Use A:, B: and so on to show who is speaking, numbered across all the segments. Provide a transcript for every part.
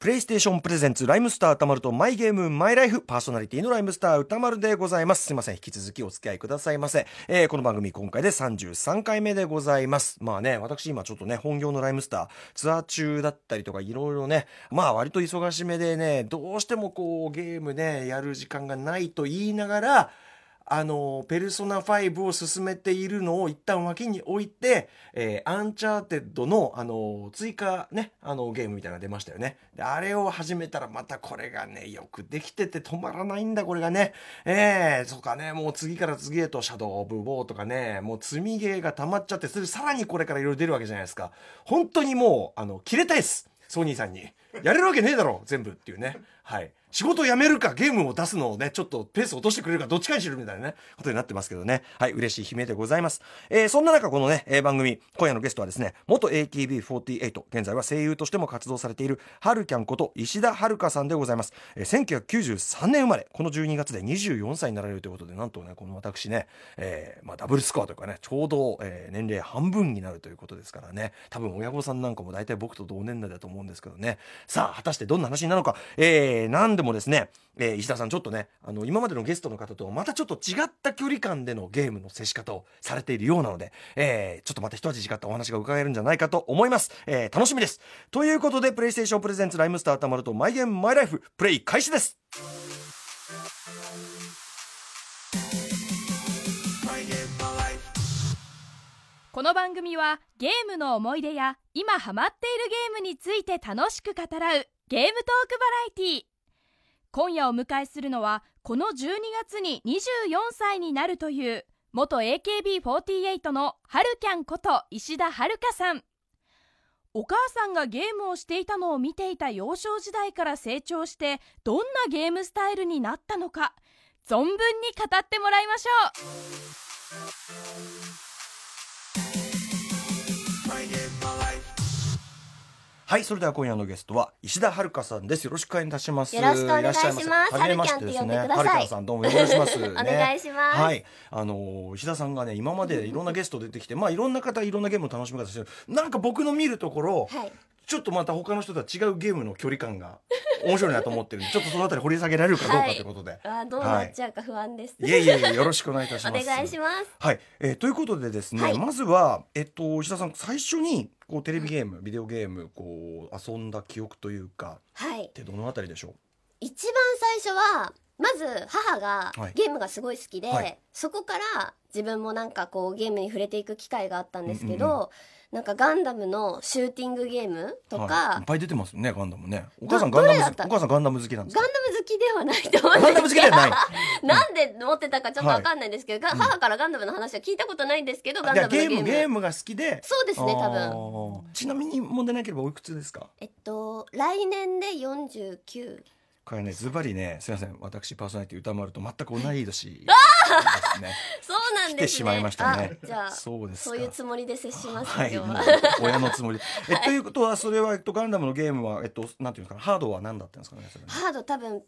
A: プレイステーションプレゼンツライムスター歌丸とマイゲームマイライフパーソナリティのライムスター歌丸でございますすいません引き続きお付き合いくださいませ、えーこの番組今回で33回目でございますまあね私今ちょっとね本業のライムスターツアー中だったりとかいろいろねまあ割と忙しめでねどうしてもこうゲームねやる時間がないと言いながらあの、ペルソナ5を進めているのを一旦脇に置いて、えーアンチャーテッドの、あの、追加ね、あの、ゲームみたいなの出ましたよね。で、あれを始めたらまたこれがね、よくできてて止まらないんだ、これがね。えー、そうかね、もう次から次へとシャドウ・オブ・ウォーとかね、もう積みゲーが溜まっちゃって、それさらにこれからいろいろ出るわけじゃないですか。本当にもう、あの、切れたいっす。ソニーさんに。やれるわけねえだろ、全部っていうね。はい。仕事を辞めるか、ゲームを出すのをね、ちょっとペースを落としてくれるか、どっちかにしろみたいなね、ことになってますけどね。はい、嬉しい悲鳴でございます。えーそんな中、このね、えー番組、今夜のゲストはですね、元 AKB48、現在は声優としても活動されている、はるきゃんこと石田はるかさんでございます。えー1993年生まれ、この12月で24歳になられるということで、なんとね、この私ね、えーまあ、ダブルスコアというかね、ちょうど、えー年齢半分になるということですからね、多分親御さんなんかも大体僕と同年代だと思うんですけどね、さあ、果たしてどんな話なのか、えー、なんでもですね、えー石田さん、ちょっとね、あの、今までのゲストの方とまたちょっと違った距離感でのゲームの接し方をされているようなので、えーちょっとまた一味違ったお話が伺えるんじゃないかと思います。えー楽しみです。ということで、プレイステーションプレゼンツライムスターたまると、マイゲームマイライフ、プレイ開始です。
B: この番組はゲームの思い出や今ハマっているゲームについて楽しく語らうゲームトークバラエティ今夜お迎えするのはこの12月に24歳になるという元 AKB48 のはるきゃんこと石田はるかさんお母さんがゲームをしていたのを見ていた幼少時代から成長してどんなゲームスタイルになったのか存分に語ってもらいましょう
A: はい、それでは今夜のゲストは石田遥さんです。よろしくお願いいたします。
C: よろしくお願いします
A: らっゃませはじめましてですね。
C: はるきゃんって呼んでください
A: 遥さんどうもよろしく お願いします。
C: お願いします
A: はい、あのー石田さんがね今までいろんなゲスト出てきて、まあいろんな方いろんなゲームの楽しみ方してる。なんか僕の見るところ、
C: はい
A: ちょっとまた他の人とは違うゲームの距離感が 面白いなと思ってるんで、ちょっとそのあたり掘り下げられるかどうかということで。
C: あーどうなっちゃうか不安です。
A: いえいえいえよろしくお願いいたし
C: お
A: ます。
C: 願いします。
A: はい、えーということでですね、
C: はい
A: まずは、えっと、石田さん最初にこうテレビゲームビデオゲームこう遊んだ記憶というか
C: はい
A: っ。てどのあたりでしょ
C: 一番最初はまず母が
A: はい
C: ゲームがすごい好きで、
A: はい
C: そこから自分もなんかこうゲームに触れていく機会があったんですけど、
A: うんうん
C: なんかガンダムのシューティングゲーム
A: う
C: とか、
A: はい、いっぱい出てますよねガンダムねお母さんガ
C: ど
A: ンダム
C: どれだ
A: 好
C: っ
A: き
C: た
A: お母さんガンダム好きなんです
C: ガ
A: か
C: ンダム好きではないと思
A: ガ
C: うん
A: ンダム
C: で
A: 好
C: す
A: き
C: け
A: で
C: ど
A: はない
C: なんで持ってたかちょっと
A: はい
C: わかんないですけど、が
A: うん
C: 母からガンダムの話は聞いたことないんですけど、 ガン
A: じゃあ
C: ダムの
A: ゲー
C: ゲー
A: ム
C: ム
A: ゲームが好きで
C: そうですね多分
A: 分ちなみに問題なければおいくつですか
C: えっと来年で49
A: これねズバリねすいません私パーソナリティ歌丸と全く同い年ですね
C: そうなんですね
A: 来てしまいましたね
C: あじゃあ
A: そうですか
C: そういうつもりで接します、
A: はい、
C: 今日
A: もう
C: は。
A: 親のつ もり。え、ということは、それは、えっと、ガンダムのゲームは、えっと、なんていうんですか、ハードは何だったんですかね。それね
C: ハード多分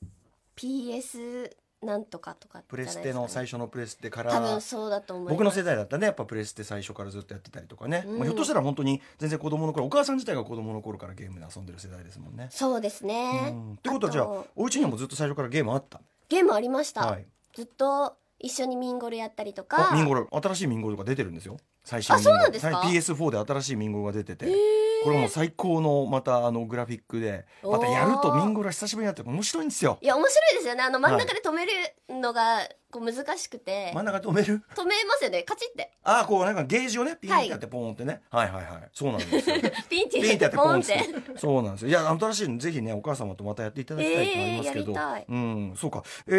C: PS なんとかとか
A: プレステの最
C: 初
A: 初のプレステか
C: 多分
A: ら。
C: そうだと思います
A: 僕の世代だったねやっぱプレステ最初からずっとやってたりとかね、
C: うん
A: まあ、ひょっとしたら本当に全然子供の頃お母さん自体が子供の頃からゲームで遊んでる世代ですもんね。
C: そうですね、
A: うんってことはじゃあお家にもずっと最初からゲームあった
C: ゲームありました、
A: はい、
C: ずっと一緒にミンゴルやったりとか
A: あミンゴル新しいミンゴルが出てるんですよ最新の
C: あそうなんですか
A: はい PS4 で新しいミンゴルが出てて、
C: へー
A: これもう最高のまたあのグラフィックでまたやるとミンゴルは久しぶりになって面白いんですよ
C: いや面白いですよねあの真ん
A: は
C: 中で止めるのがこう難しくて、
A: 真ん中で止める
C: 止めますよねカチって
A: ああこうなんかゲージをねピンっ
C: は
A: て
C: い
A: やってポーンってね、はい、はいはいそうなんです よ
C: ピンって
A: ピンってやってポ
C: ポ
A: ーン
C: ン
A: っ
C: って
A: てそうなんですよいや新しいのぜひねお母様とまたやっていただきたいと思いますけど、
C: えーやりたい
A: うんそうかえ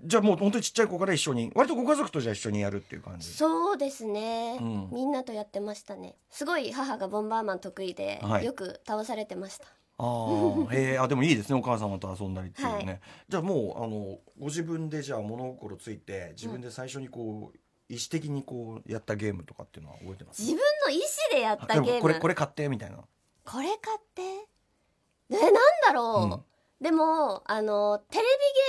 A: ー、じゃあもう本当にちっちゃい子から一緒に割とご家族とじゃあ一緒にやるっていう感じ
C: そうですね、
A: うん
C: みんなとやってましたねすごい母がボンバーマン得意で、
A: はい
C: よく倒されてました
A: あーへ ーあでもいいですねお母様と遊んだりっていうね、
C: は
A: じゃあもうあのご自分でじゃあ物心ついて自分で最初にこう、意思的にこうやったゲームとかっていうのは覚えてます
C: 自分の意思でやっ
A: で
C: たゲー
A: も
C: ム
A: これこれ買ってみたいな
C: これ買ってえなんだろう、でもあのテレ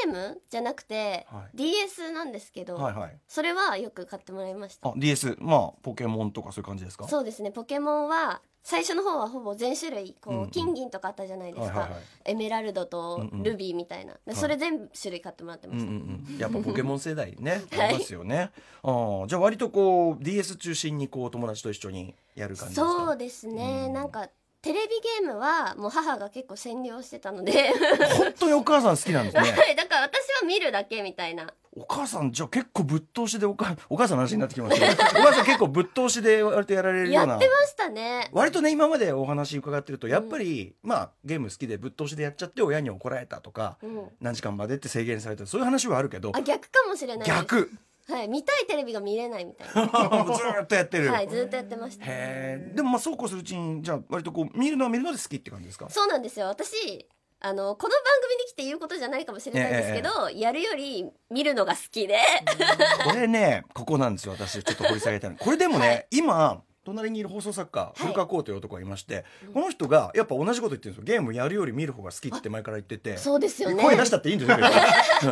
C: ビゲームじゃなくて、
A: はい
C: DS なんですけど、
A: はいはい
C: それはよく買ってもらいました
A: あ DS まあポケモンとかそういう感じですか
C: そうですねポケモンは最初の方はほぼ全種類こう、
A: うんうん
C: 金銀とかあったじゃないですか、
A: はいはいはい
C: エメラルドと
A: うんうん
C: ルビーみたいな、で
A: い
C: それ全部種類買ってもらってま
A: うんう
C: した、
A: んうん、やっぱポケモン世代ね
C: はい
A: ありますよね、ああじゃあ割とこう DS 中心にこう友達と一緒にやる感じですか
C: そうですね、
A: うん
C: なんかテレビゲームはもう母が結構占領してたのではい
A: 本当にお母さん好きなんですね
C: だから私は見るだけみたいな
A: お母さんじゃあ結構ぶっ通しでおかお母さんの話になってきましたね お母さん結構ぶっ通しで割とやられるよ
C: や
A: う
C: っ
A: な
C: てましたね
A: 割とね今までお話伺ってるとやっぱり、まあゲーム好きでぶっ通しでやっちゃって親に怒られたとか、
C: うん
A: 何時間までって制限されたそういう話はあるけど
C: あ逆かもしれないです
A: 逆
C: はい、見たいテレビが見れないみたい な
A: もうずーっとやってる、
C: はい、ずっとやってました。
A: へえでもまあそうこうするうちにじゃあ割とこう見るのは見るので好きって感じですか
C: そうなんですよ。私、あの、この番組に来て言うことじゃないかもしれないんですけど、やるより見るのが好きで、
A: これねここなんですよ私ちょっと掘り下げたいのこれでもね、
C: はい
A: 今隣にいる放送作家古川光という男がいまして、この人がやっぱ同じこと言ってるんですよゲームやるより見る方が好きって前から言ってて、
C: そうですよね。
A: 声出したっていいんです よ別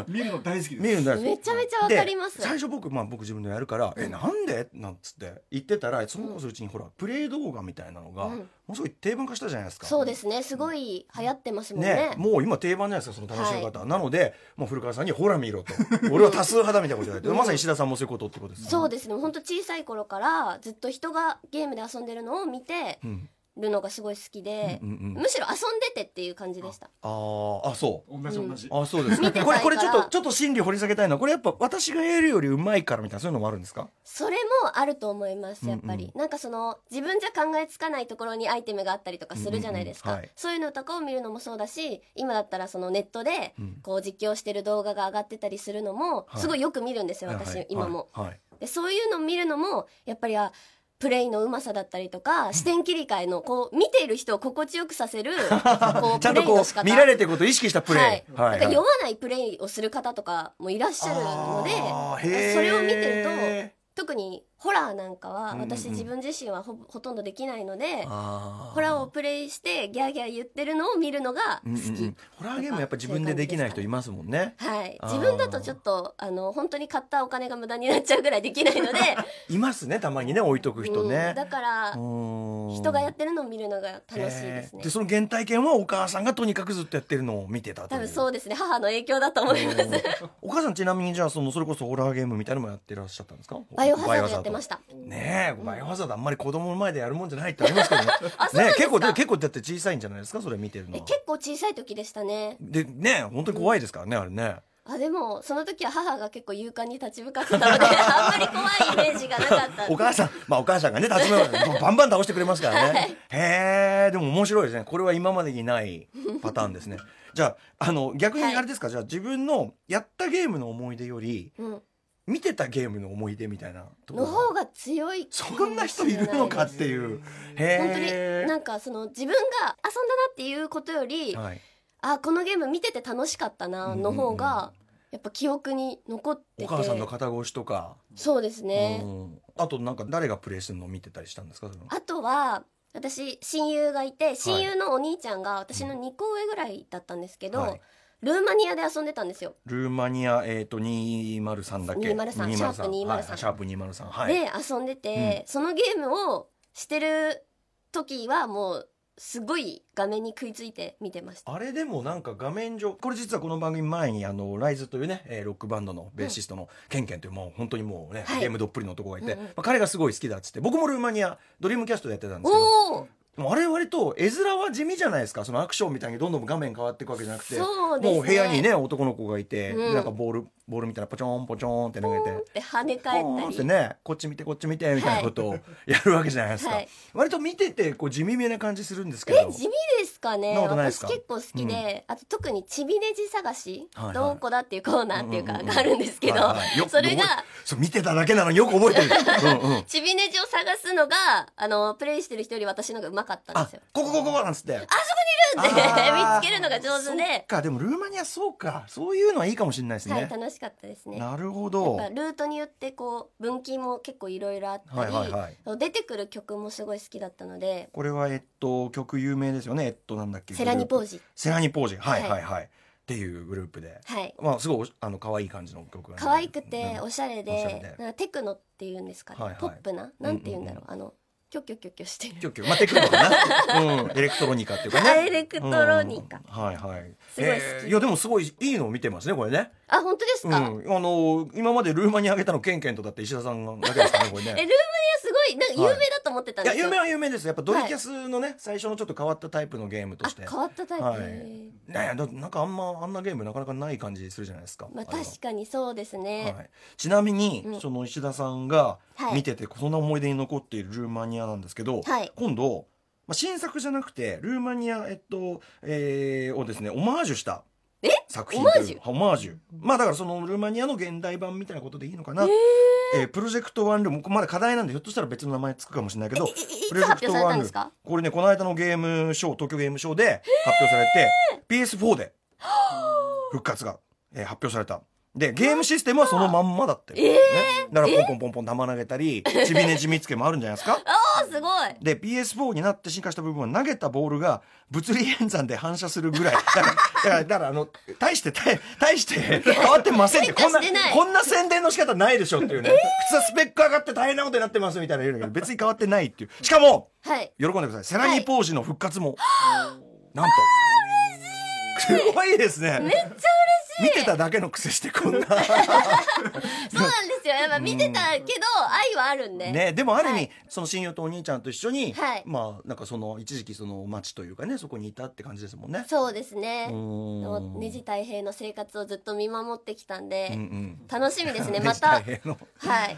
A: に
D: 見るの大好きです
A: 見るんだ
C: めちゃめちゃわかります
A: で。最初僕、まあ、僕自分でやるから「えなんで?」なんつって言ってたらそのこそのうちにほらプレイ動画みたいなのが、
C: うん
A: ものすごい定番化したじゃないですか。
C: そうですね。すごい流行ってますもん
A: ね
C: ね。
A: もう今定番じゃないですかその楽しみ方、なのでもう古川さんに「ほら見ろ」と「俺は多数派だ」みたいなこと言われて、まさに石田さんもそういうことってことですね
C: そうですね。本当小さい頃からずっと人がゲームで遊んでるのを見て
A: うん
C: るのがすごい好きで、
A: うんうんうん
C: むしろ遊んでてっていう感じでした。
A: あーあそう
D: 同じ同じ、
A: あそうです
C: 見てたい
A: これこれ
C: か
A: ちょ
C: ら
A: っとちょっと心理掘り下げたいのはこれやっぱ私がやるよりうまいからみたいなそういうのもあるんですか
C: それもあると思いますやっぱり、
A: うん
C: なんかその自分じゃ考えつかないところにアイテムがあったりとかするじゃないですか、
A: うんうんうんはい
C: そういうのとかを見るのもそうだし今だったらそのネットで
A: うん
C: こう実況してる動画が上がってたりするのも
A: はい
C: すごいよく見るんですよ、
A: は
C: 私、
A: いはい
C: 今も、
A: はいはい
C: でそういうのを見るのもやっぱりあプレイのうまさだったりとか視点切り替えのこう見ている人を心地よく させるこう
A: ちゃんと
C: プレイ
A: こ
C: の仕
A: う
C: 方
A: 見られてることを意識したプレイ、
C: はい
A: は
C: なんか酔わないプレイをする方とかもいらっしゃるので
A: あーへー
C: それを見てると特にホラーなんかは
A: うんうんうん
C: 私自分自身はほほとんどできないので
A: あー
C: ホラーをプレイしてギャーギャー言ってるのを見るのが
A: うんうん
C: 好
A: うん
C: き、
A: ホラーゲームやっぱ自分でできない人いますもんね
C: はい
A: あー
C: 自分だとちょっとあの本当に買ったお金が無駄になっちゃうぐらいできない ので、
A: いますねたまにね置いとく人
C: うん
A: ね、
C: だから人
A: 人
C: がやってるのを見るのが楽しいですね
A: でその原体験はお母さんがとにかくずっとやってるのを見てたとい
C: 多
A: う
C: 分そうですね母の影響だと思います
A: お母さんちなみにじゃあそのそれこそホラーゲームみたいなのもやってらっしゃったんですか
C: バイオハザードやってましたた
A: ねえバイオハザードあんまり子供の前でやるもんじゃないってありますけどねねえ結構で結構だって小さいんじゃないですかそれ見てるの
C: え
A: は
C: 結構小さい時でしたね
A: でねえ本当に怖いですからね、あれね
C: あでもその時は母が結構勇敢に立ち向かってた のであんまり怖いイメージがなかった
A: お母さん、まあお母さんがね、立ち回るのバンバン倒してくれますからね。へえ、でも面白いですね。これは今までにないパターンですね。じゃあ、あの、逆に
C: はい
A: あれですか、じゃあ自分のやったゲームの思い出より、
C: うん、
A: 見てたゲームの思い出みたいなとこ
C: の
A: ろ
C: 方が強いかもしれ
A: そんな人いるのかっていう。
C: 本当に
A: へ
C: な
A: え。
C: んかその自分が遊んだなっていうことより、
A: はい。
C: あこのゲーム見てて楽しかったなの方がやっぱ記憶に残ってて
A: お母さんの肩越しとか、
C: そうですね、
A: うんあとなんか誰がプレイするのを見てたりしたんですかその
C: あとは私親友がいて親友のお兄ちゃんが私の2個上ぐらいだったんですけど、
A: はい
C: ルーマニアで遊んでたんですよ、
A: ルーマニア、えっ、と、203だっけ
C: 203シャープ203
A: はいシャープ203。はい。
C: で遊んでて、そのゲームをしてる時はもうすごい画面に食いついて見てました
A: あれでもなんか画面上これ実はこの番組前にあのライズというね、えーロックバンドのベーシストのケンケンというもう本当にもうね、
C: はい
A: ゲームどっぷりの男がいて、
C: うんうん
A: まあ、彼がすごい好きだっつって僕もルーマニアドリームキャストでやってたんですけど
C: おお
A: でもあれ割と絵面は地味じゃないですかそのアクションみたいにどんどん画面変わっていくわけじゃなくて
C: そうですね
A: もう部屋にね男の子がいて、
C: うん
A: でなんかボールボールみたいなポチョンポチョンって投げて。
C: って跳ね
A: ポ
C: 返
A: ーン
C: っ
A: ったて
C: り、
A: ねこっち見てこっち見てみたいなことをやるわけじゃないですか、
C: はい
A: 割と見ててこう地味めな感じするんですけ
C: え
A: ど
C: 地味ですかね
A: そんなことないです
C: 私
A: か
C: 結構好きで、あと特に「ちびねじ探し」
A: はいはい
C: どこだ?」っていうコーナーっていう
A: う
C: か
A: んうんうん
C: があるんですけど、
A: はいはいよく
C: それが
A: 覚えそう見てただけなのによく覚えて る。うんうん
C: ちびねじを探すのがあのプレイしてる人より私の方がうまかったん
A: あ
C: ですよ。
A: こここここなんつって。
C: で見
A: あー
C: つけるのが上手
A: そっ
C: で、
A: かでもルーマニアそうかそういうのはいいかもしれないです
C: はい、
A: ね。
C: 楽しかったですね。
A: なるほ
C: やっ
A: ど。
C: ぱルートによってこう分岐も結構いろいろあったり、
A: はいはいはい
C: そう出てくる曲もすごい好きだったので
A: これはえっと曲有名ですよねえっとなんだっ
C: 「
A: け。
C: セラニポー
A: ジ。
C: ジ
A: セラニポージはい
C: は
A: はいいはい。っていうグループで、
C: はい
A: まあ、すごいおあの可愛い感じの曲がね
C: 可愛くて
A: うん
C: おしゃれで,、
A: おしゃれで
C: なんかテクノっていうんですかね、
A: はいはい
C: ポップななんて言うんだろう,、
A: う
C: あのキョキョキョキョしてる
A: キョキョまあテクノかな、うん、エレクトロニカっていうか
C: あ
A: ね
C: エレクトロニカ
A: うんはいはい
C: すごい好き
A: えーいやでもすごいいいのを見てますねこれね
C: あ本当です
A: うん
C: か、
A: あの今までルーマニアあげたのケンケンとだって石田さんだけですかねこれね
C: えルーマニアすごいなんか有名だと思ってたん
A: い
C: で
A: や
C: すよ、
A: 有名は有名ですやっぱドリキャスのね、最初のちょっと変わったタイプのゲームと
C: あ
A: して
C: 変わったタイプ、
A: はいねだなんかあんまあんなゲームなかなかない感じするじゃないですか、
C: まあ、
A: れは
C: 確かにそうですね、
A: はい、ちなみに、
C: うん
A: その石田さんが
C: はい
A: 見ててそんな思い出に残っているルーマニアなんですけど、
C: はい
A: 今度、まあ、新作じゃなくてルーマニア、えっとえーをですねオマージュした
C: え
A: 作品と
C: オマージ
A: いう
C: ュ
A: オマージュまあだからそのルーマニアの現代版みたいなことでいいのかな、えープロジェクトワンルームこれまだ課題なんでひょっとしたら別の名前つくかもしれないけど
C: えいいつ発表されたんですか
A: これねこの間のゲームショー東京ゲームショーで発表されて、PS4 で復活が、えー発表されたでゲームシステムはそのまんまだって、ねだからポンポンポンポン玉投げたりちびねじみつけもあるんじゃないです か
C: あすごい
A: で PS4 になって進化した部分は投げたボールが物理演算で反射するぐらいだからだからだからあの大して大大して変わってませんってこんな
C: 変化してない
A: こんな宣伝の仕方ないでしょっていうね、普通はスペック上がって大変なことになってますみたいな言うんだけど別に変わってないっていうしかも
C: はい
A: 喜んでくださいセラミーポージの復活も、なんとすごいですねめっちゃ嬉しい見てただけの癖して こんな
C: そうなんですよやっぱ見てたけど愛はあるんで、
A: ねでもある意味、
C: はい
A: その親友とお兄ちゃんと一緒に、
C: はい
A: まあなんかその一時期その町というかねそこにいたって感じですもんね
C: そうですね
A: う
C: も
A: ーん
C: うねじ太平の生活をずっと見守ってきたんで、
A: うんうん
C: 楽しみですねま
A: ね
C: た
A: じ太平の
C: はい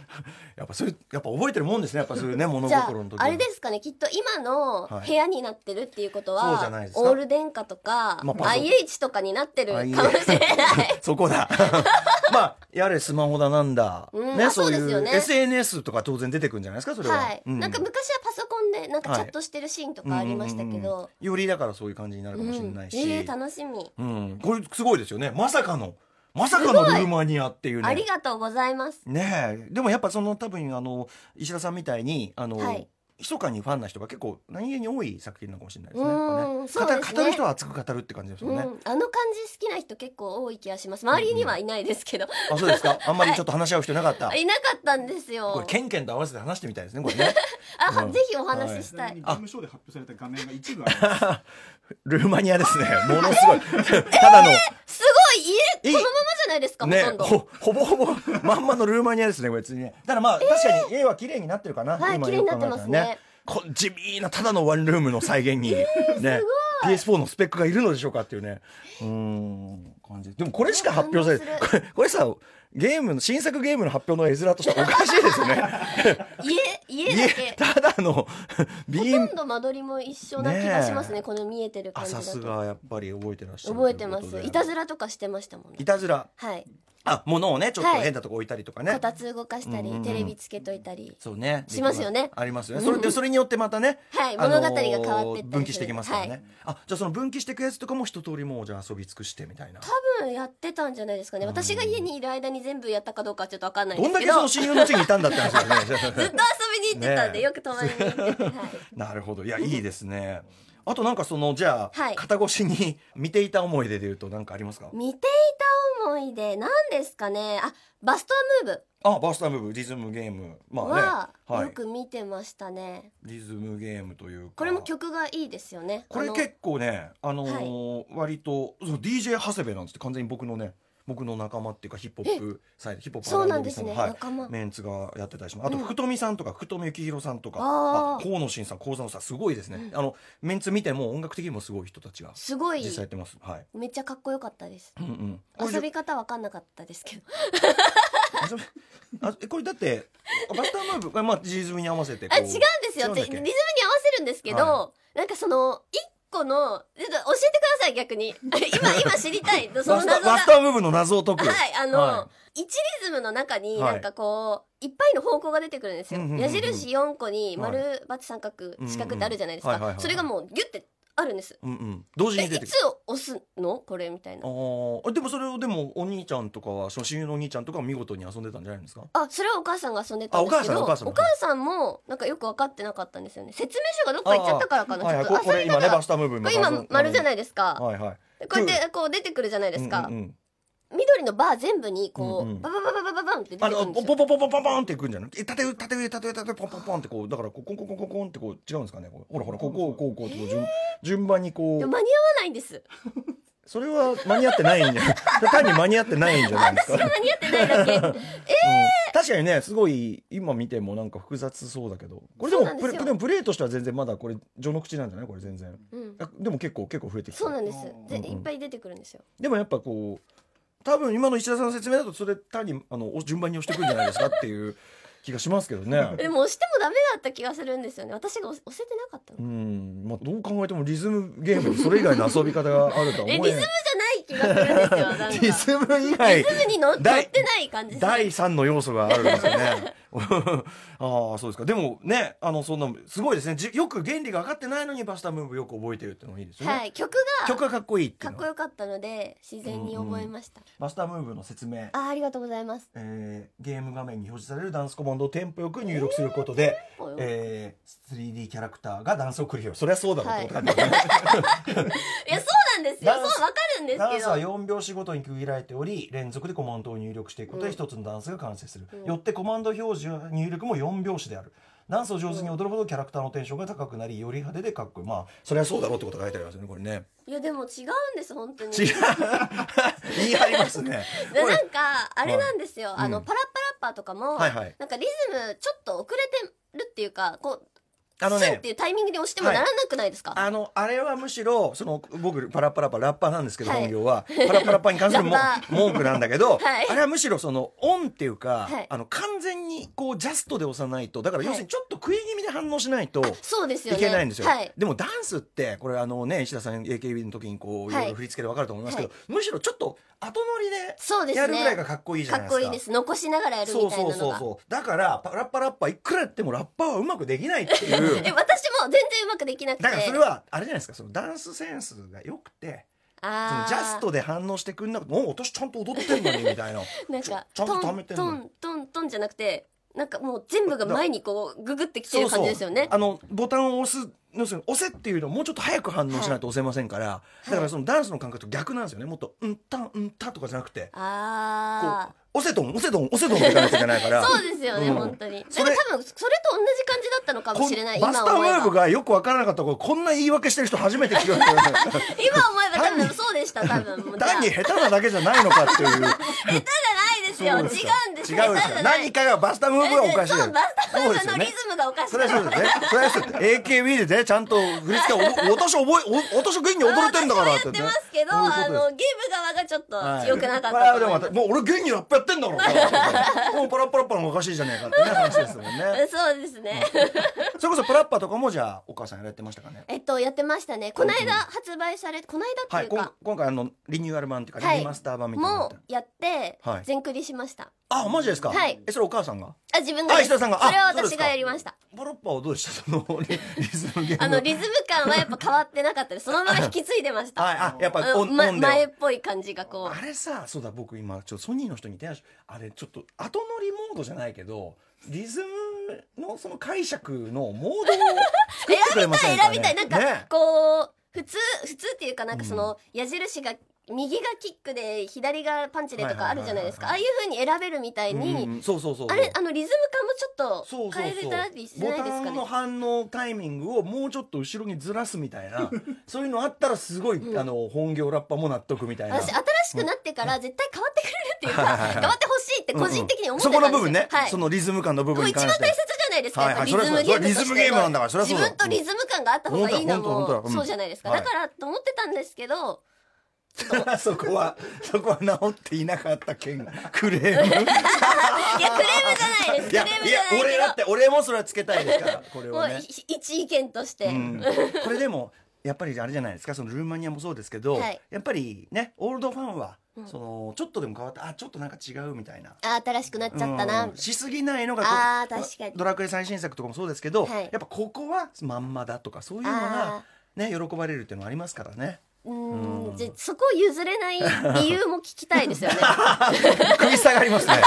A: やっぱそれやっぱ覚えてるもんですねやっぱそういうね物
C: じゃあ
A: 心の時の
C: あれですかねきっと今の
A: はい
C: 部屋になってるっていうこと
A: そうじ
C: は、
A: ゃないですか
C: オール電化とか、
A: まあパソコン
C: IH とかになってるかもしれない
A: そこだ まあやれスマホだなんだ、
C: うん
A: ね
C: あ
A: そうい
C: そうです
A: う
C: よね
A: SNS とか当然出てくるんじゃないですかそれは、
C: はい、
A: う
C: なんか昔はパソコンでなんか
A: はい
C: チャットしてるシーンとかありましたけ
A: うんうんうん
C: ど、
A: うんよりだからそういう感じになる
C: うん
A: かもしれないし、
C: ねえ楽しみ、
A: うん、これすごいですよねまさかのまさかのルーマニアっていう
C: あ
A: ね
C: りがとうございます
A: ねえでもやっぱその多分あの石田さんみたいにあの、
C: はい
A: 密かにファンな人が結構何気に多い作品なのかもしれないですね。
C: う
A: やっ
C: ん
A: ぱね
C: そうですね
A: 語語る人は熱く語るって感じです
C: う
A: よ
C: ん、
A: ね。
C: あの感じ好きな人結構多い気がします周りにはいないですけど、
A: あそうですか。あんまりちょっと話し合う人いなかった。
C: いなかったんですよ
A: これケンケンと合わせて話してみたいですね。これね。
C: あ、
A: うん
C: ぜひお話しし
D: ち
C: た、
D: ないみに事務所で発表された画面が一部あります。
A: ルーマニアですね。ものすごい。 ただの。
C: すごい
A: え
C: 家
A: い
C: このままじゃないですか、
A: ね
C: ほとんど
A: ほ ほぼほぼまんまのルーマニアですね別にねただまあ、確かに家は綺麗になってるかな、
C: はい
A: 今
C: 綺麗になってますね
A: よく考えたらねこ地味なただのワンルームの再現 に、ね PS4 のスペックがいるのでしょうかっていうねうーん感じでもこれしか発表され
C: 感動
A: これこれさゲームの新作ゲームの発表の絵面としておかしいです よね
C: 家家だ
A: 家
C: け
A: ただのビ
C: ほ
A: ー
C: と
A: ム
C: んど間取りも一緒な気がしますね
A: ねえ
C: この見えてる
A: あ
C: 感じだ
A: さす
C: と
A: がやっぱり覚えてらっしゃる
C: 覚えてま
A: とうこと
C: す
A: で
C: いたずらとかしてましたもんね
A: いたずら
C: はい
A: あ物をねちょっと
C: はい
A: 変なとこ置いたりとかね、
C: こたつ動かした
A: うん
C: り、
A: うんうん
C: テレビつけといたり
A: そうね。
C: しますよね
A: ありますよね。
C: うん
A: それで、それによってまたね。
C: はい
A: あのー
C: 物語が変わってったりする
A: 分岐してきますから
C: は
A: ね。あ、じゃあその分岐していくやつとかも一通りもうじゃあ遊び尽くしてみたいな。
C: 多分やってたんじゃないですかね
A: うん
C: 私が家にいる間に全部やったかどうかはちょっとわかんないで
A: どん
C: す
A: だ
C: け
A: け
C: ど
A: その親友の地にいたんだって話ですよね
C: ずっと。遊びに行ってたんで、
A: ねえ
C: よく泊まりに行ってて、はい、
A: なるほど。いや、いいですね。あとなんかその、じゃあ、
C: はい
A: 肩越しに見ていた思い出で言うとなんかありますか
C: 見ていた思い出何ですかねあバストアムー
A: あ、バースタームーブ、リズムゲーム。
C: ブ
A: ま
C: は
A: あね。は
C: よ
A: い。
C: く見てましたね、
A: リズムゲームというか。
C: これも曲がいいですよね
A: これ
C: あの
A: 結構ね、あのー割とそう DJ 長谷部なんですって完全に僕のね僕の仲間っていうかヒップホップサイドヒップホップ
C: そうなん
A: アイド
C: で
A: ルさ
C: す
A: んの
C: ね、
A: はい、
C: 仲間
A: メンツがやってたりしますあと
C: うん
A: 福富さんとか福富幸宏さんとか
C: あー
A: あ河野慎さん幸三さんすごいですね、あのメンツ見ても音楽的にもすごい人たちが
C: すごい
A: 実際やってますはい、
C: めっちゃかっこよかったです
A: うんうん、これ
C: 遊び方わかんなかったですけど
A: 遊びあえこれだってバスタームーブこれまあリズムに合わせてこ
C: あ違うんです
A: 違う
C: よ
A: ん
C: っ
A: だ
C: て
A: っ
C: リ
A: け
C: ズムに合わせるんですけど、
A: は
C: なんかその一個のえっと教えてください逆に 今今知りたいそ
A: バ
C: の
A: スタ
C: 謎が
A: バスタームーブの謎を解く、
C: はいあの、
A: は
C: 1リズムの中に
A: はい
C: なんかこう、い、っぱいの方向が出てくるんですよ、
A: うんうんうんうん
C: 矢印4個に丸、
A: は
C: バツ三角四角ってあるじゃないですか、
A: うんうんはいはいはいはい
C: それがもうギュってあるんです
A: うんうん、同時
C: え
A: に
C: い
A: 出てくる
C: つ押すのこれみたいな
A: あーでもそれをでもお兄ちゃんとかはその親友のお兄ちゃんとかは見事に遊んでたんじゃないんですか
C: あ、それはお母さんが遊んでたんですけ
A: あ
C: ど、
A: お
C: お
A: 母
C: 母
A: さ
C: さ
A: んの
C: ん
A: お
C: も
A: 母
C: なんかよく分かってなかったんですよね。説明書がどっか行っちゃったからかな。
A: はいはい
C: ちょっ
A: ここと
C: あ
A: れ今ねバスタームーブ
C: それだからこれ今丸じゃ
A: い
C: ないですか。
A: はいはい
C: こうやってこう出てくるじゃないですか、
A: うんうんうん
C: 緑のバー全部にこう、
A: うんうん
C: バババババババンって出て
A: あ
C: くる
A: の
C: ん
A: ポ
C: で
A: ン
C: す
A: ポ
C: よ
A: ンポンポンポンポンポンっていくんじゃない縦上縦上縦上縦上ポンポンポンってこうだからこうコンコンコンコンコンってこう違うんですかねこうほらほらこうこうこうこうってこう順順番にこ
C: でも
A: う
C: 間に合わないんです
A: それは間に合ってないんじゃない単に間に合ってないんじゃないですか
C: 間に合ってないだけ
A: うん確かにねすごい今見てもなんか複雑そうだけどこれで
C: そうな
A: も
C: ん
A: プ
C: です
A: レ
C: よ
A: でもプレーとしては全然まだこれ序の口なんじゃないこれ全然
C: うん
A: あでも結構結構増えてきた
C: そうなんですで
A: うんうん
C: いっぱい出てくるんですよ
A: でもやっぱこう多分今の石田さんの説明だとそれ単にあのお順番に押してくるんじゃないですかっていう気がしますけどね
C: でも押してもダメだった気がするんですよね私が押押せてなかったの
A: うんまあ、どう考えてもリズムゲームにそれ以外の遊び方があるとは思え
C: え
A: ない
C: リズムじゃない気がするんですよなんか
A: リ
C: リズ
A: ズム以外
C: ムに乗っ乗
A: 第
C: ってない感じです
A: 第3の要素があるんですよね ああそうですかでもねあのそんなすごいですねじよく原理が分かってないのにバスタームーブよく覚えてるってのもいいですよね、
C: はい曲が
A: 曲がかっこいいってい
C: か
A: う
C: っ
A: の
C: こよかったので自然に覚えました、
A: バスタームーブの説明
C: あーありがとうございます
A: えーゲーム画面に表示されるダンスコマンドをテンポよく入力することで、
C: おい
A: えー 3D キャラクターがダンスを繰り広げるそりゃそうだろうと、
C: は
A: って ことだよね
C: いやそうなんですよ
A: ダンス
C: そうわかるんです
A: ダ
C: け
A: ンスは
C: ど
A: 4拍子ごとに区切られており連続でコマンドを入力していくこと
C: う
A: で
C: ん
A: 一つのダンスが完成する、
C: うん
A: よってコマンド表示や入力も4拍子であるダンスを上手に踊るほどキャラクターのテンションが高くなりより派手でかっこいいまあそりゃそうだろうってことが書いてありますよねこれね
C: いやでも違うんです本当に
A: 違う言い張りますね
C: で
A: こ
C: な
A: れ
C: んかあれなんですよ、
A: ん
C: あのパラッパラッパーとかも、
A: はいはい
C: なんかリズムちょっと遅れてるっていうかこう
A: あの
C: スンっ
A: ね
C: ていうタイミングに押してもならなくないですか、
A: あの、あれはむしろ、その、僕、パラパラパララッパーなんですけど、
C: はい
A: 本業は。パラパラパに関するも
C: ラッ
A: 文句なんだけど、
C: はい
A: あれはむしろその、オンっていうか、
C: はい
A: あの、完全に、こう、ジャストで押さないと、だから
C: はい
A: 要するにちょっと食い気味で反応しないと、
C: そうですよ
A: い
C: ね
A: けないんですよ、
C: はい、
A: でもダンスってこれあのね石田さん AKB の時にこうい
C: はい
A: ろいろ振り付けで分かると思いますけど、むしろちょっと後乗りで
C: そうですね
A: やるぐらいがかっこいいじゃ
C: か
A: ない
C: っ
A: ですか
C: こいいです残しながらやる
A: そ
C: み
A: う
C: たい
A: そ
C: なの
A: う
C: が
A: そうそうだからパラッパラッパいくらやってもラッパーはうまくできないっていう
C: え私も全然うまくできなくて
A: だからそれはあれじゃないですかそのダンスセンスが良くてそ
C: あ
A: の
C: ー
A: ジャストで反応してくんなくて「お私ちゃんと踊ってんのに」みたい な
C: なんか
A: ちょちゃんと
C: ト
A: 貯め
C: ン
A: てんの
C: トントントンじゃなくてなんかもう全部が前にこうググってきてる感じですよね
A: あのボタンを押す要するに押せっていうのはもうちょっと早く反応しないと押せませんから、だからそのダンスの感覚と逆なんですよねもっと「うんたんうんた」とかじゃなくて「こ
C: あ
A: う押せとん押せとん押せとん」っていかなきゃいけないから。
C: そうですよね、
A: うん
C: 本当に
A: そ
C: そ
A: れ
C: れ多分それと同じ感じだったのかもしれない
A: こ
C: 今
A: んバスター
C: 思
A: ム
C: えば
A: ーブがよくわからなかったことこんな言い訳してる人初めて聞くん だよね
C: 今思えば多
A: 単に
C: 分そうでした多分もうじゃあ
A: 単に下手なだけじゃないのかっていう
C: じゃないですよ違うんです
A: 違
C: よ
A: うんで
C: 下
A: す
C: 手
A: よ
C: じゃない
A: 何かがバスタームーブがおかしい
C: そうバスター
A: そ
C: ム
A: うです
C: ー
A: よ
C: ブ
A: ね
C: のリズムがおかしい
A: それはそうですね。それはそうです。AKB でね、ちゃんと振り付けをお、私覚え、お私元気に踊れてんだからって
C: や
A: ね。
C: ってますけど
A: そういう
C: あ
A: ことです
C: のゲーム側がちょっ
A: はい
C: と良くなかっ
A: これは
C: たと
A: でも
C: 思
A: ま
C: いま
A: た、
C: す、
A: もう俺元気にラップやってんだろうから。もうパラッパラッパのおかしいじゃねえかってね、話ですもん ね。
C: そうですね、
A: それこそパラッパとかもじゃあ、お母さんやられてましたかね。
C: えっとやってましたねこの間発売されこの間
A: は
C: っ
A: い、
C: て
A: こ
C: いうんか、
A: 今回あの、リニューアル版っていうか、
C: はい
A: リマスター版みたいなのやっ
C: も
A: てる。
C: うやって
A: はい
C: 全クリしました、
A: あ、マジですか
C: はい
A: え、それお母さんが
C: あ自分がです
A: あ石田さんがあ
C: それは
A: そうです
C: 私
A: か
C: がやりました
A: パラッパはどうでしたその、リリズムゲーム。
C: あのリズム感はやっぱ変わってなかったですそのまま引き継いでました
A: はい、あ、やっぱ
C: あ
A: オ
C: の
A: ン、
C: ま
A: オンで。
C: 前っぽい感じがこ
A: あ
C: う
A: れさそうだ僕今ちょっとソニーの人に手足あれちょっと後乗りモードじゃないけどリズムのその解釈のモードを作ってくれませんか、
C: 選
A: ね、
C: びたいなんか
A: ね
C: こう普通普通っていうかなんかその矢印が右がキックで左がパンチでとかあるじゃないですか
A: は
C: あ
A: い
C: あ
A: はい
C: いう風に選べるみたいに、
A: うんそうそうそう
C: あれあのリズム感もち
A: そ
C: ょ
A: うそ
C: っと
A: う
C: 変え
A: そ
C: れ
A: う
C: たりし
A: ボ
C: ないです
A: タ
C: か
A: ンの
C: ね
A: 反応タイミングをもうちょっと後ろにずらすみたいな そういうのあったらすごい、あの本業ラッパーも納得みたいな
C: 私新しくなってから絶対変わってくれるっていうか
A: はいはいはい
C: 変わってほしいって個人的に思ってたん
A: うんうんそこ
C: ですよ、
A: の部分ね、
C: はい、
A: そのリズム感の部
C: も
A: 分
C: う
A: に
C: 一番
A: 関
C: 大
A: し
C: 切じ
A: て
C: ゃないですか、
A: はい
C: やっぱ
A: はい
C: リズムゲームとして
A: それはそうリズムゲームなんだからそれはそうだ
C: 自分とリズム感があった方がいいの
A: 本当だ本当だ本当だ
C: も
A: うん
C: そうじゃないですか、
A: はい
C: だからと思ってたんですけど
A: そこはそこは治っていなかった件クレー ム
C: いやクレームじゃな
A: いや
C: いですクレーム
A: い
C: じ
A: や
C: ゃない
A: 俺
C: け
A: だ
C: ど
A: って俺もそれはつけたいですからこれ
C: も
A: を
C: う
A: ね、
C: ひ一意見として、
A: うん、これでもやっぱりあれじゃないですかそのルーマニアもそうですけど、
C: はい
A: やっぱりねオールドファンは、
C: うん
A: そのちょっとでも変わったあちょっとなんか違うみたいな。
C: あ新しくなっちゃったな、
A: うんしすぎないのが
C: あー
A: こう
C: 確かに
A: ドラクエ最新作とかもそうですけど、
C: はい
A: やっぱここはまんまだとかそういうのが
C: あ
A: ね喜ばれるっていうのはありますからね
C: うー
A: うん
C: んじゃあそこを譲れない理由も聞きたいですよね
A: 食い下がり ますね
C: すい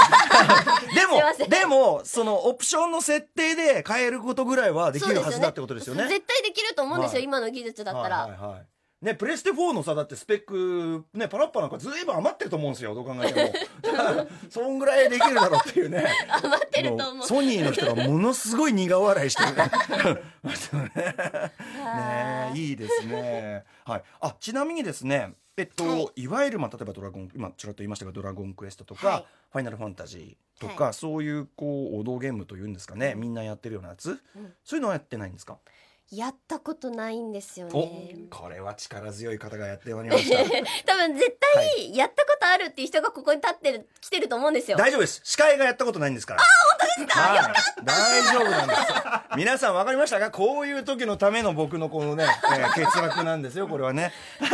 C: ま
A: で
C: せん
A: もでもそのオプションの設定で 変えることぐらいはでき
C: そう
A: るはずだってことですよね
C: 絶対できると思うんですよ、
A: はい
C: 今の技術だったら、
A: はいはいはいね、プレステ4のさ、だってスペック、ね、パラッパなんかずいぶん余ってると思うんですよ、どう考えても。 そんぐらいできるだろうっていうね。
C: 余ってると思う。
A: ソニーの人がものすごい苦笑いして る。ね
C: あー
A: いいですね。はい。あ、ちなみにですね、えっと、、
C: はい
A: わゆる、まあ、例えばドラゴン、今、ちらっと言いましたが、ドラゴンクエストとか、
C: はい
A: ファイナルファンタジーとか、そういう、こう、王道ゲームというんですかね、みんなやってるようなやつ、
C: うん
A: そういうのはやってないんですか、
C: やったことないんですよ
A: お
C: ね。、
A: これは力強い方がやっておりま した。
C: 多分絶対やったことあるっていう人がここに立ってる、来てると思うんですよ。
A: 大丈夫です。司会がやったことないんですから。あ、本当ですか、はい、大丈夫なんです。皆さんわかりましたかこういう時のための僕のこのね、えー欠落なんですよ、これはね。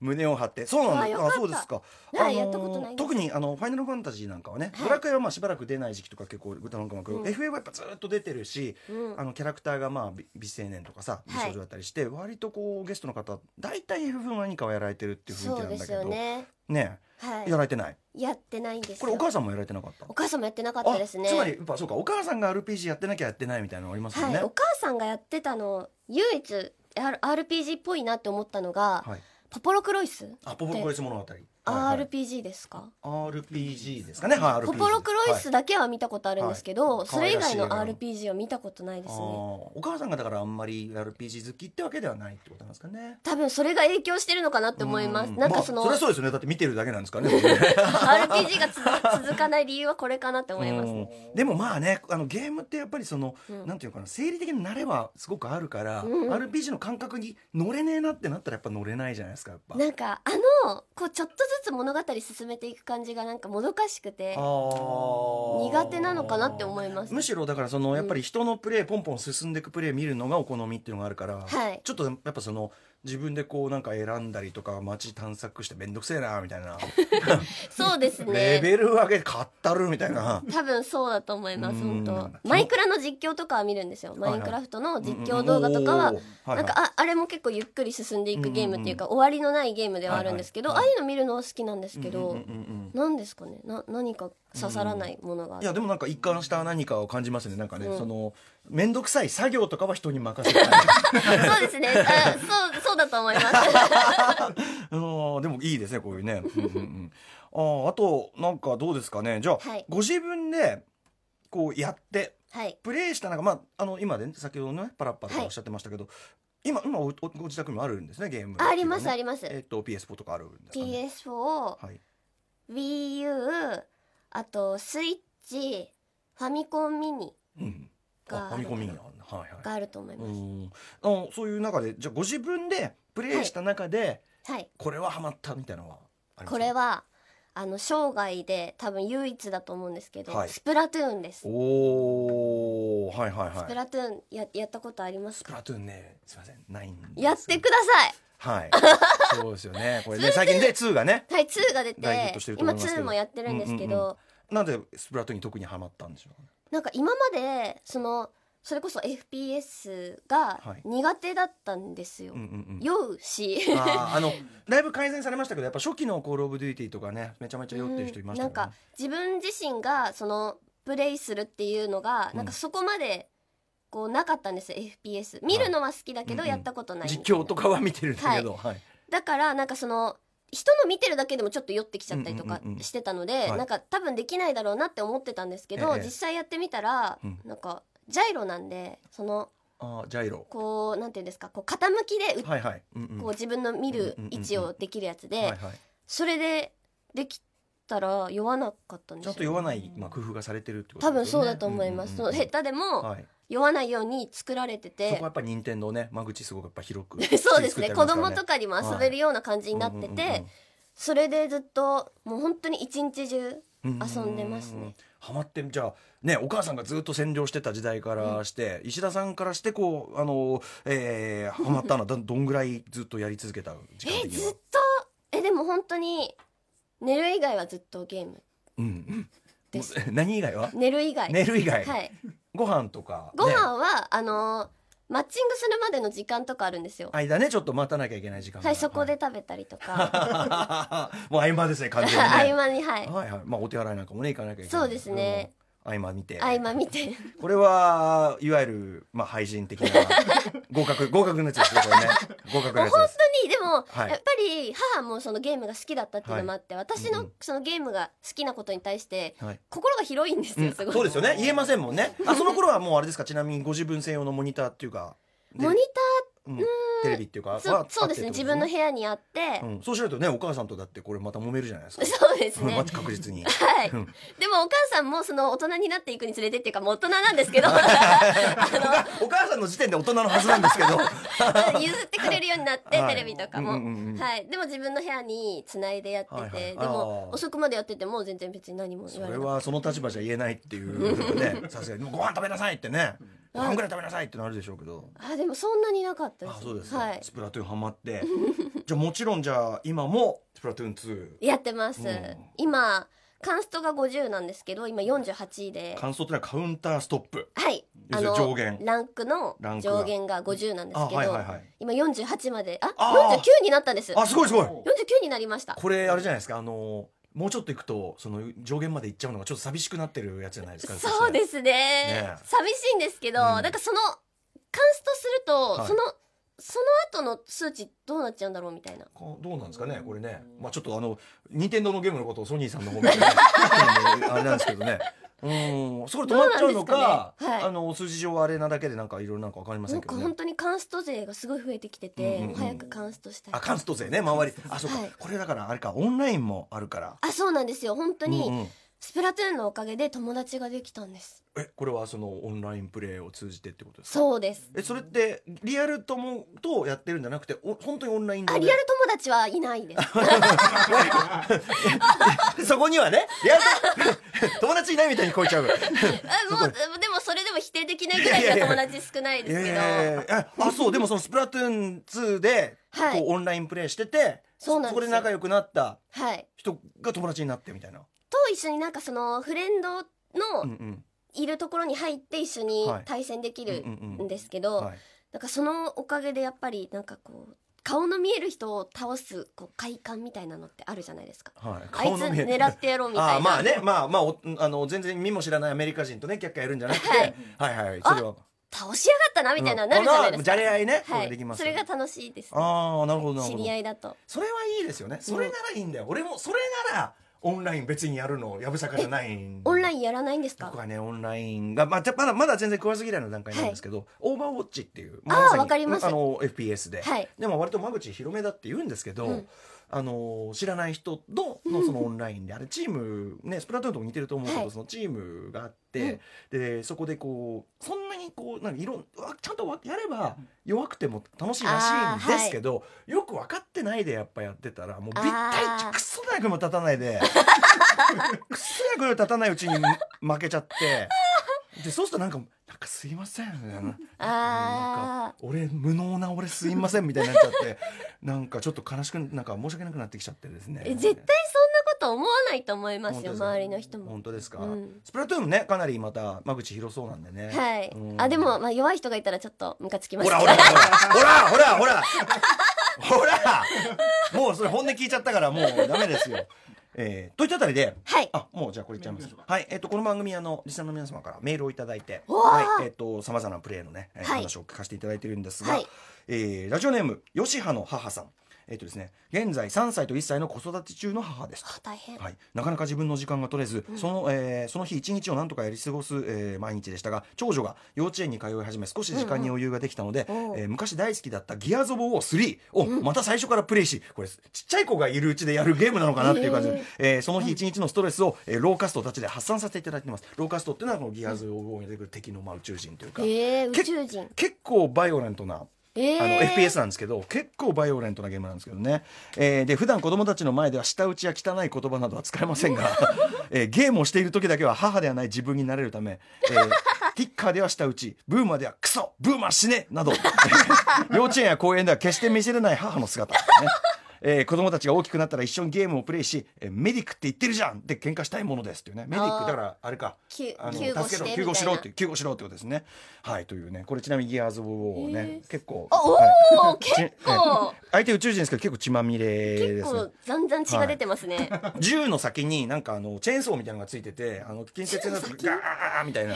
A: 胸を張って。そうなん
C: あよ
A: だ。あ、
C: かった
A: そうですか。
C: ねやったことないんです
A: 特に、あの、ファイナルファンタジーなんかはね、ドラクエはまあしばらく出ない時期とか結構歌の音楽、
C: ん
A: FA はやっぱずっと出てるし、
C: うん
A: あの、キャラクターがまあ、美美青年とかさ、美少女だったりして、割とこう、ゲストの方、大体 F 分何かをやられてるっていう雰囲気
C: そう
A: な
C: で
A: んだ
C: す
A: け
C: よ
A: ど、ね
C: ね。は
A: やられてない。
C: い。やってないんですよ。
A: これお母さんもやられてなかった
C: お母さんもやってなかったですね。
A: あつまりやっぱそうかお母さんが RPG やってなきゃやってないみたいなのありますよ
C: はい、
A: ね。
C: お母さんがやってたの唯一 R- RPG っぽいなって思ったのが、
A: はい。
C: ポポロクロイス、
A: あポポロクロイス物語。はいはい
C: RPG ですか
A: RPG ですかね。はい。
C: ポポロクロイス
A: で
C: だけは見たことあるんですけど、
A: はい
C: それ以外の
A: 可愛らし
C: RPG は見たことないです
A: ね。あー
C: ね
A: お母さんがだからあんまり RPG 好きってわけではないってことなんですかね。
C: 多分それが影響してるのかなって思います
A: う
C: なんかそ
A: ま
C: の、
A: あ、それはそうですよね。だって見てるだけなんです からね。僕ね
C: RPG がつ 続かない理由はこれかなって思います、
A: うんでもまあねあのゲームってやっぱりその、
C: うん
A: なんていうかな生理的に慣れはすごくあるから、
C: うん
A: RPG の感覚に乗れねえなってなったらやっぱ乗れないじゃないですかやっぱ。
C: なんかあのこうちょっとずつ物語進めていく感じがなんかもどかしくて苦
A: 苦
C: 手なのかなって思います
A: むしろだからそのやっぱり人のプレーポンポン進んでいくプレー見るのがお好みっていうのがあるから、
C: はい
A: ちょっとやっぱその自分でこうなんか選んだりとか街探索して面倒くせえなみたい な、
C: そうです
A: レ
C: ね
A: ベル上げ買ったるみたいな。
C: 多分そうだと思います
A: うん
C: 本当マイクラの実況とかは見るんですよ
A: いはい
C: マインクラフトの実況動画とかは
A: うんうんおー
C: なんかああれも結構ゆっくり進んでいくゲームっていうか終わりのないゲームではあるんですけど
A: はい
C: あ
A: は
C: あ
A: い
C: いうの見るのは好きなんですけ
A: うん
C: ど
A: うんうんうん
C: 何ですかねな何か刺さらないものがあ
A: いや
C: る
A: でもなんか一貫した何かを感じますねなんかね、
C: うん
A: その面倒くさい作業とかは人に任せたい
C: そうですねあそうそうだと思い ます
A: あーでもいいですねこういうね、うんうんうん、あーあとなんかどうですかねじゃあ、
C: はい
A: ご自分でこうやって
C: はい
A: プレイしたなんか、まあ、あの今で、ね、先ほどねパラッパラとおっしゃってましたけど、今今おおご自宅にもあるんですねゲーム、
C: あありますあ
A: り
C: ります
A: えっ、と PS4 とかあるんですか、ね、
C: PS4
A: はい
C: WiiU あとスイッチファミコンミニ
A: うんあ
C: が
A: ファ
C: あ
A: ミ
C: る
A: コ
C: か
A: ンミニ
C: な
A: なんだはいは
C: があると思い
A: いう
C: ます
A: んあのそういう中でじゃあご自分でプレイした中で、
C: はい
A: これはハマったみたいなのはありますか
C: これはあの生涯で多分唯一だと思うんですけど、
A: はい
C: スプラトゥーンです、
A: おーはいはいはい
C: スプラトゥーンややったことありま
A: ス
C: す
A: プ
C: か
A: ラトゥーンねすいませんないんです
C: やってください
A: は いそうですよねこれね最近で2がね
C: はい2が出て
A: 大ヒットしてると思
C: 今
A: いますけど
C: 2もやってるんですけど、
A: うんうんうなんでスプラトゥーンに特にハマったんでしょうかね
C: なんか今までそのそれこそ FPS が
A: はい
C: 苦手だったんですよ、
A: うんうんうん
C: 酔うし
A: あーあのだいぶ改善されましたけどやっぱ初期の「コール・オブ・デューティー」とかねめちゃめちゃ酔ってる人いました
C: なん
A: けど
C: か
A: ね
C: 自分自身がそのプレイするっていうのが、
A: うん
C: なんかそこまでこうなかったんですよ FPS 見るのは好きだけ
A: うん
C: ど
A: うん
C: やったことないみたいな、
A: 実況とかは見てるんだけどはい
C: だからなんかその人の見てるだけでもちょっと酔ってきちゃったりと
A: うんう
C: か
A: んうんうん
C: してたので、
A: はい
C: なんか多分できないだろうなって思ってたんですけど、
A: ええ
C: 実際やってみたら、
A: うん
C: なんかジャイロなんでその
A: あージャイロ
C: こうなんていうんですかこう傾きで、う
A: はいはいうんうん
C: こう自分の見る位置をできるやつで、
A: はいはい
C: それでできたら酔わなかったんです
A: ちゃ
C: よ
A: んと酔わないまあ工夫がされてるってこと
C: 多分
A: ですよ
C: そう
A: ね
C: だと思います、
A: うんうんうん
C: その下手でも
A: はい
C: 酔わないように作られて
A: そ
C: て
A: こはやっぱり任天堂ね間口すごくやっぱ広く
C: そうですね
A: 作っ
C: 子
A: てありま
C: 供
A: す
C: とかにも遊べるような感じにな
A: ら
C: っ
A: ね
C: てて、それでずっともう本当に一日中
A: うう
C: 遊んでますね
A: うハマってじゃあねお母さんがずっと占領してた時代からして、石田さんからしてこうあのえー、ハマったのはど どんぐらいずっとやり続けた時間
C: え
A: 的に
C: ず
A: は
C: っとえでも本当に寝る以外はずっとゲーム
A: うん
C: で
A: もう 何以外は
C: 寝る以外
A: 寝る以外、
C: はい
A: ご飯とか、
C: ご
A: ね、
C: 飯は、あのーマッチングするまでの時間とかあるんですよは
A: 間ねちょっと待たなきゃいけない時間
C: い、
A: が
C: そこで食べたりと か
A: はい もう合間ですね完全にね
C: 合間にはい
A: はいはいまあお手洗いなんかもね行かなきゃいけない
C: そうですね
A: 合間見て
C: 合間見て
A: これはいわゆる、まあ、廃人 的な合格合格のやつですねこれね合格の
C: もう
A: や
C: 本
A: つです
C: 当にでも、
A: はい
C: やっぱり母もそのゲームが好きだったっていうのもあって、私
A: うんう
C: の
A: ん
C: そのゲームが好きなことに対して
A: はい
C: 心が広いんです
A: う
C: よ、
A: ん、
C: すごい
A: そうですよね言えませんもんねあその頃はもうあれですかちなみにご自分専用のモニターっていうかで
C: モニ
A: うんテレビっていうか
C: タ
A: は
C: ーそうそうですね
A: あって
C: 自
A: ってこと
C: 分の部屋にあって、
A: うん、そうしないとねお母さんとだってこれまた揉めるじゃないですか
C: そうです
A: うんま
C: ね
A: ず確実に
C: はい
A: うん
C: でもお母さんもその大人になっていくにつれてっていうかもう大人なんです けどあ
A: お母さんの時点で大人のはずなん ですけど
C: の譲ってくれるようになって、
A: はい
C: テレビとか
A: う
C: も、
A: んうんうん
C: はい、でも自分の部屋につないでやってて、
A: はいはい
C: で
A: あー
C: も遅くまでやってても全然別に何も
A: そ
C: 言われ
A: れ
C: な
A: はその立場じゃ言えないっていうねさすがにもうご飯食べなさいってねご飯ぐらい食べなさいってなるでしょうけど
C: いあでもそんなになかったです
A: あそうですか、
C: はい、
A: スプラトゥーンハマって じゃあもちろんじゃあ今もスプラトゥーン2
C: やってます、
A: うん
C: 今カンストが50なんですけど今48位で
A: 感想というのはカウンターストップ
C: はい
A: 要するに上限
C: ランクの
A: ランクが
C: 上限が50なんです
A: あ
C: けど、
A: はいはいはい
C: 今48まであ
A: あー
C: 49になったんです49
A: あすごいすごい
C: になりました
A: これあれじゃないですかあのもうちょっといくとその上限までいっちゃうのがちょっと寂しくなってるやつじゃないですか
C: そうですすね
A: ね
C: 寂しいんですけど、
A: うん
C: なんかそのカンストすると、
A: はい
C: そのその後の数値どうなっちゃうんだろうみたいな
A: こうどうなんですかねこれねまあちょっとあの任天堂のゲームのことをソニーさんの方が、 ね、あれなんですけどねうんそこで止まっちゃうのか
C: どうなんですかねはい
A: あの数字上あれなだけでなんかいろいろなんかわかりませ
C: なんん
A: け
C: か
A: ど
C: 本
A: ね
C: 当にカンスト勢がすごい増えてきて
A: うんう
C: て、
A: んうん
C: もう早くカンストしたい
A: あカンスト勢ね周りあそうか、
C: はい
A: これだからあれかオンラインもあるから
C: あそうなんですよ本当
A: うん
C: に
A: うん
C: スプラトゥーンのおかげで友達ができたんです
A: えこれはそのオンラインプレーを通じてってことですか
C: そうです
A: えそれってリアルともとやってるんじゃなくてお本当にオンライン
C: あ
A: 上で
C: リアル友達はいな いです
A: そこにはねリアルと 友達いないみたいに聞こえちゃう
C: あもうでもそれでも否定できないぐらいには友達少ないですけど、
A: ええあそうでもそのスプラトゥーン2で、
C: はい
A: こうオンラインプレイしてて
C: そうなんですよ
A: こで仲良くなった
C: はい
A: 人が友達になってみたいな。
C: と一緒になんかそのフレンドの
A: うんうん
C: いるところに入って一緒に
A: はい
C: 対戦でき
A: うん
C: る
A: うんうん
C: んですけど、
A: はい、
C: なんかそのおかげでやっぱりなんかこう顔の見える人を倒すこう快感みたいなのってあるじゃないですか
A: はい、
C: あいつ狙ってやろうみたいな
A: ああまあねまあまあおあの全然身も知らないアメリカ人とねキャッキャやるんじゃなくて、はい、はいそれは
C: 倒しやがったなみたいななるじゃないですか、
A: うんこのじゃれ合いねこ
C: は
A: れできます
C: それが楽しいですね、
A: ああなるほどなる
C: 知
A: ほど
C: り合いだと
A: それはいいですよねそれならいいんだよ、俺もそれならオンライン別にやるのやぶさかじゃないん
C: オンラ
A: ン
C: インやらないんですか
A: 僕はねオンラインが、まあ、じゃまだまだ全然食わず嫌いの段階なんですけど、オーバーウォッチっていうまあま
C: あー
A: さに
C: わかります
A: あの FPS で、
C: はい
A: でも割と間口広めだって言うんですけど、
C: うん
A: あの知らない人とのそのオンラインで、あれチームねスプラトゥーンとも似てると思うけど、
C: はい
A: そのチームがあって、でそこでこうそんなにこうなんかいろんわちゃんとわやれば弱くても楽しいらしいんですけど、よく分かってないでやっぱやってたらもうびった
C: あ
A: り
C: ー
A: クソ役も立たないで クソ役も立たないうちに負けちゃって。でそうするとなんか「なんかすいません」みたいななん
C: あ
A: か俺無能な俺すいませんみたいになっちゃって なんかちょっと悲しくなんか申し訳なくなってきちゃってですね
C: ーえ絶対そんなこと思わないと思います
A: 本当で
C: よ
A: すか
C: 周りの人も
A: 本当ですか、
C: うん
A: スプラトゥーンねかなりまた間口広そうなんでね
C: はい
A: うん
C: あでもまあ弱い人がいたらちょっとムカつきま
A: ほ
C: し
A: ら
C: た
A: ほらほらほらほらほらほらもうそれ本音聞いちゃったからもうダメですよえー、といったあたりで
C: はい
A: あもうじゃあこれいっちゃいま
D: メー
A: す
D: ルいきましょ
A: は
D: う
A: いえっ、とこの番組あのリスナーの皆様からメールをいただいて
C: うわー
A: はいえっ、とさまざまなプレーのね、えー
C: はい
A: 話を聞かせていただいてるんですが、
C: はい
A: えーラジオネーム吉羽の母さんえっ、とですね現在3歳と1歳の子育て中の母です
C: あ大変
A: はい、なかなか自分の時間が取れず、そのえーその日一日を何とかやり過ごす、えー毎日でしたが長女が幼稚園に通い始め少し時間に余裕ができたので、
C: うんおう
A: えー昔大好きだった「ギアゾボを3」をまた最初からプレイしこれちっちゃい子がいるうちでやるゲームなのかなっていう感じで、えーその日一日のストレスを、えーローカストたちで発散させていただいてますローカストっていうのはこのギアゾボに出てくる敵の、まあ、宇宙人というか、
C: えー、宇宙人
A: 結構バイオレントな
C: え
A: あの
C: ー、
A: FPS なんですけど結構バイオレントなゲームなんですけどね、えーで普段子供たちの前では舌打ちや汚い言葉などは使えません が、えーゲームをしている時だけは母ではない自分になれるため、えーティッカーでは舌打ちブーマーではクソブーマー死ねなど幼稚園や公園では決して見せれない母の姿、ねえー子供たちが大きくなったら一緒にゲームをプレイし、えーメディックって言ってるじゃんって喧嘩したいものですっていうねメディック
C: あー
A: だからあれか
C: 救
A: あの
C: 救護
A: 助
C: し
A: け
C: て
A: ろ救
C: みたいな
A: 護しろっていう救護しろってことですねはいというねこれちなみにギアーズ・ウォーね、結構
C: あおー
A: はい
C: 結構
A: はい相手宇宙人ですけど結構血まみれ
C: 結
A: ですね
C: 構ざんざん血が出てますね、
A: 銃の先になんかあのチェーンソーみたいなのがついててあの近接のやつがガーみたいな、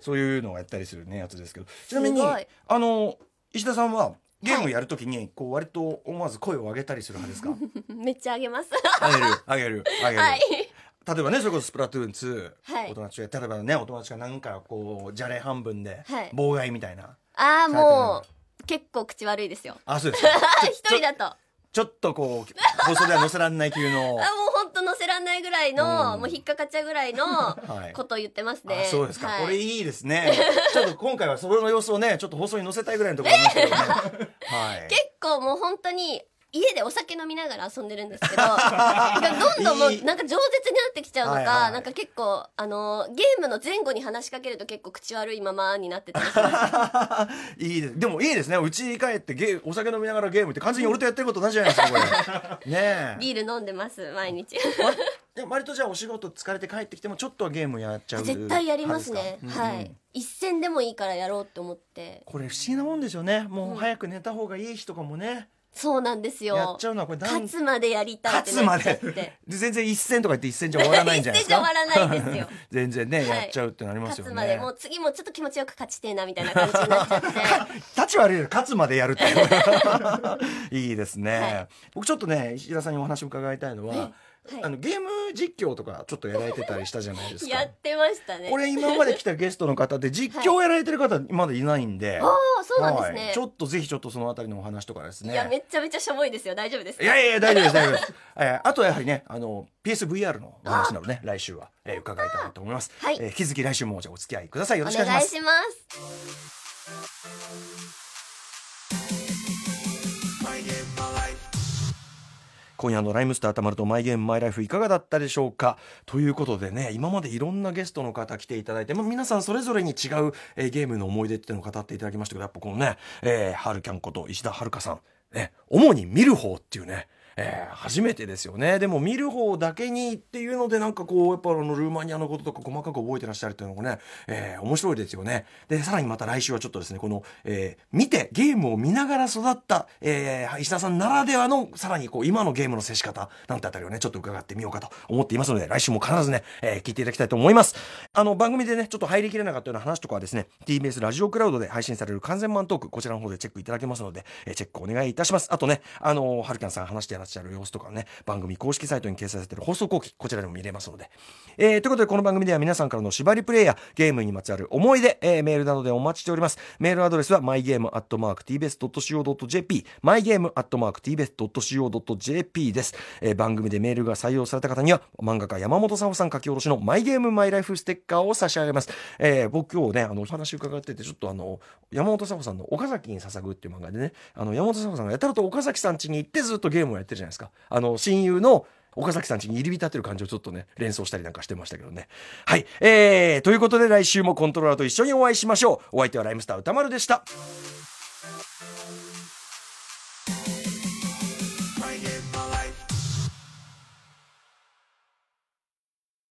A: そういうのをやったりするねやつですけどちなみに
C: すごい
A: あの石田さんはゲームをやるときにこう割と思わず声を上げたりする派ですか
C: めっちゃあげ ます
A: 上げる上げる上げる、
C: はい
A: 例えばねそれこそスプラトゥーン2、
C: はい
A: お友達が例えばねお友達がなんかこうじゃれ半分で
C: はい
A: 妨害みたいな、
C: ああもう結構口悪いですよ
A: あそう ですかちょ
C: 一人だとあ
A: ちょっとこう放送では載せられない級の
C: もう本当載せらんないぐらいの、
A: うん
C: もう引っかかっちゃうぐらいの
A: はい
C: ことを言ってますね、
A: あそうですか、
C: はい
A: これいいです ねちょっと今回はそれの様子をねちょっと放送に載せたいぐらいのところありますけ どね、はい
C: 結構もう本当に家でお酒飲みながら遊んでるんです けどどんどんも
A: いうい
C: なんか饒舌になってきちゃうのか、
A: はいはい
C: なんか結構あのゲームの前後に話しかけると結構口悪いままになってた りしま す
A: いいですでもいいですねうちに帰ってゲーお酒飲みながらゲームって完全に俺とやってること同じじゃないですかこ れねえ
C: ビール飲んでます毎日
A: わでも割とじゃあお仕事疲れて帰ってきてもちょっとはゲームやっちゃう
C: 絶対やりますね
A: 派ですか
C: は
A: うんう
C: い
A: ん
C: 一戦でもいいからやろうって思って
A: これ不思議なもんですよねもう早く寝た方がいい日とかもね、
C: そうなんです
A: やっ
C: よ
A: ちゃうのはこれ
C: 勝つまでやりたいっ
A: 勝
C: て
A: つ
C: な
A: ま
C: っちゃっ
A: で
C: て
A: で全然一戦とか言って一戦じゃ終わらないんじゃないですか
C: 一戦じゃ終わらないですよ
A: 全然ね、
C: はい
A: やっちゃうってなります
C: 勝
A: よ
C: つ
A: ね
C: までもう次もちょっと気持ちよく勝ちてえなみたいな感じになっ ちゃって
A: 立ち悪いよ勝つまでやるっていう いいですね、僕ちょっとね石田さんにお話を伺いたいのは、
C: はい
A: あのゲーム実況とかちょっとやられてたりしたじゃないです
C: や
A: か
C: ってましたね
A: これ今まで来たゲストの方で実況をやられてる方まだいないんで、
C: ああそうなんですね、
A: はいちょっとぜひちょっとそのあたりのお話とかですね
C: いやめちゃめちゃしょぼいですよ大丈夫です
A: いやいやいや大丈夫です大丈夫です、 えーあとはやはりねあの PSVR のお話などね来週は、えー伺いたいなと思います、
C: はい
A: えー引き続き来週もじゃあお付き合いくださいよ
C: お
A: ろ
C: 願
A: しくお願いしま
C: い
A: す
C: します
A: 今夜の「ライムスターたまるとマイゲームマイライフ」いかがだったでしょうかということでね今までいろんなゲストの方来ていただいて、まあ、皆さんそれぞれに違う、えーゲームの思い出っていうのを語っていただきましたけどやっぱこのね、えー、はるきゃんこと石田はるかさん、ね、主に見る方っていうねえー初めてですよねでも見る方だけにっていうのでなんかこうやっぱあのルーマニアのこととか細かく覚えてらっしゃるっていうのがね、えー面白いですよねでさらにまた来週はちょっとですねこの、えー見てゲームを見ながら育った、えー石田さんならではのさらにこう今のゲームの接し方なんてあたりをねちょっと伺ってみようかと思っていますので来週も必ずね、えー聞いていただきたいと思いますあの番組でねちょっと入りきれなかったような話とかはですね TBS ラジオクラウドで配信される完全版トークこちらの方でチェックいただけますので、えーチェックお願いいたしますあとねあのはるきゃんさん話してらっしゃる様子とかね番組公式サイトに掲載されている放送後期こちらでも見れますので、えーということでこの番組では皆さんからの縛りプレイやゲームにまつわる思い出、えーメールなどでお待ちしておりますメールアドレスは mygame.tbs.co.jp mygame.tbs.co.jp です、えー番組でメールが採用された方には漫画家山本さんさん書き下ろしのマイゲームマイライフステッカーを差し上げます、えー僕今日ねあのお話伺っててちょっとあの山本さんさんの岡崎に捧ぐっていう漫画でねあの山本さんさんがやたらと岡崎さん家に行ってずっとゲームをやってるじゃないですかあの親友の岡崎さん家に入り浸ってる感じをちょっとね連想したりなんかしてましたけどねはいえー、ということで来週もコントローラーと一緒にお会いしましょうお相手はライムスター歌丸でした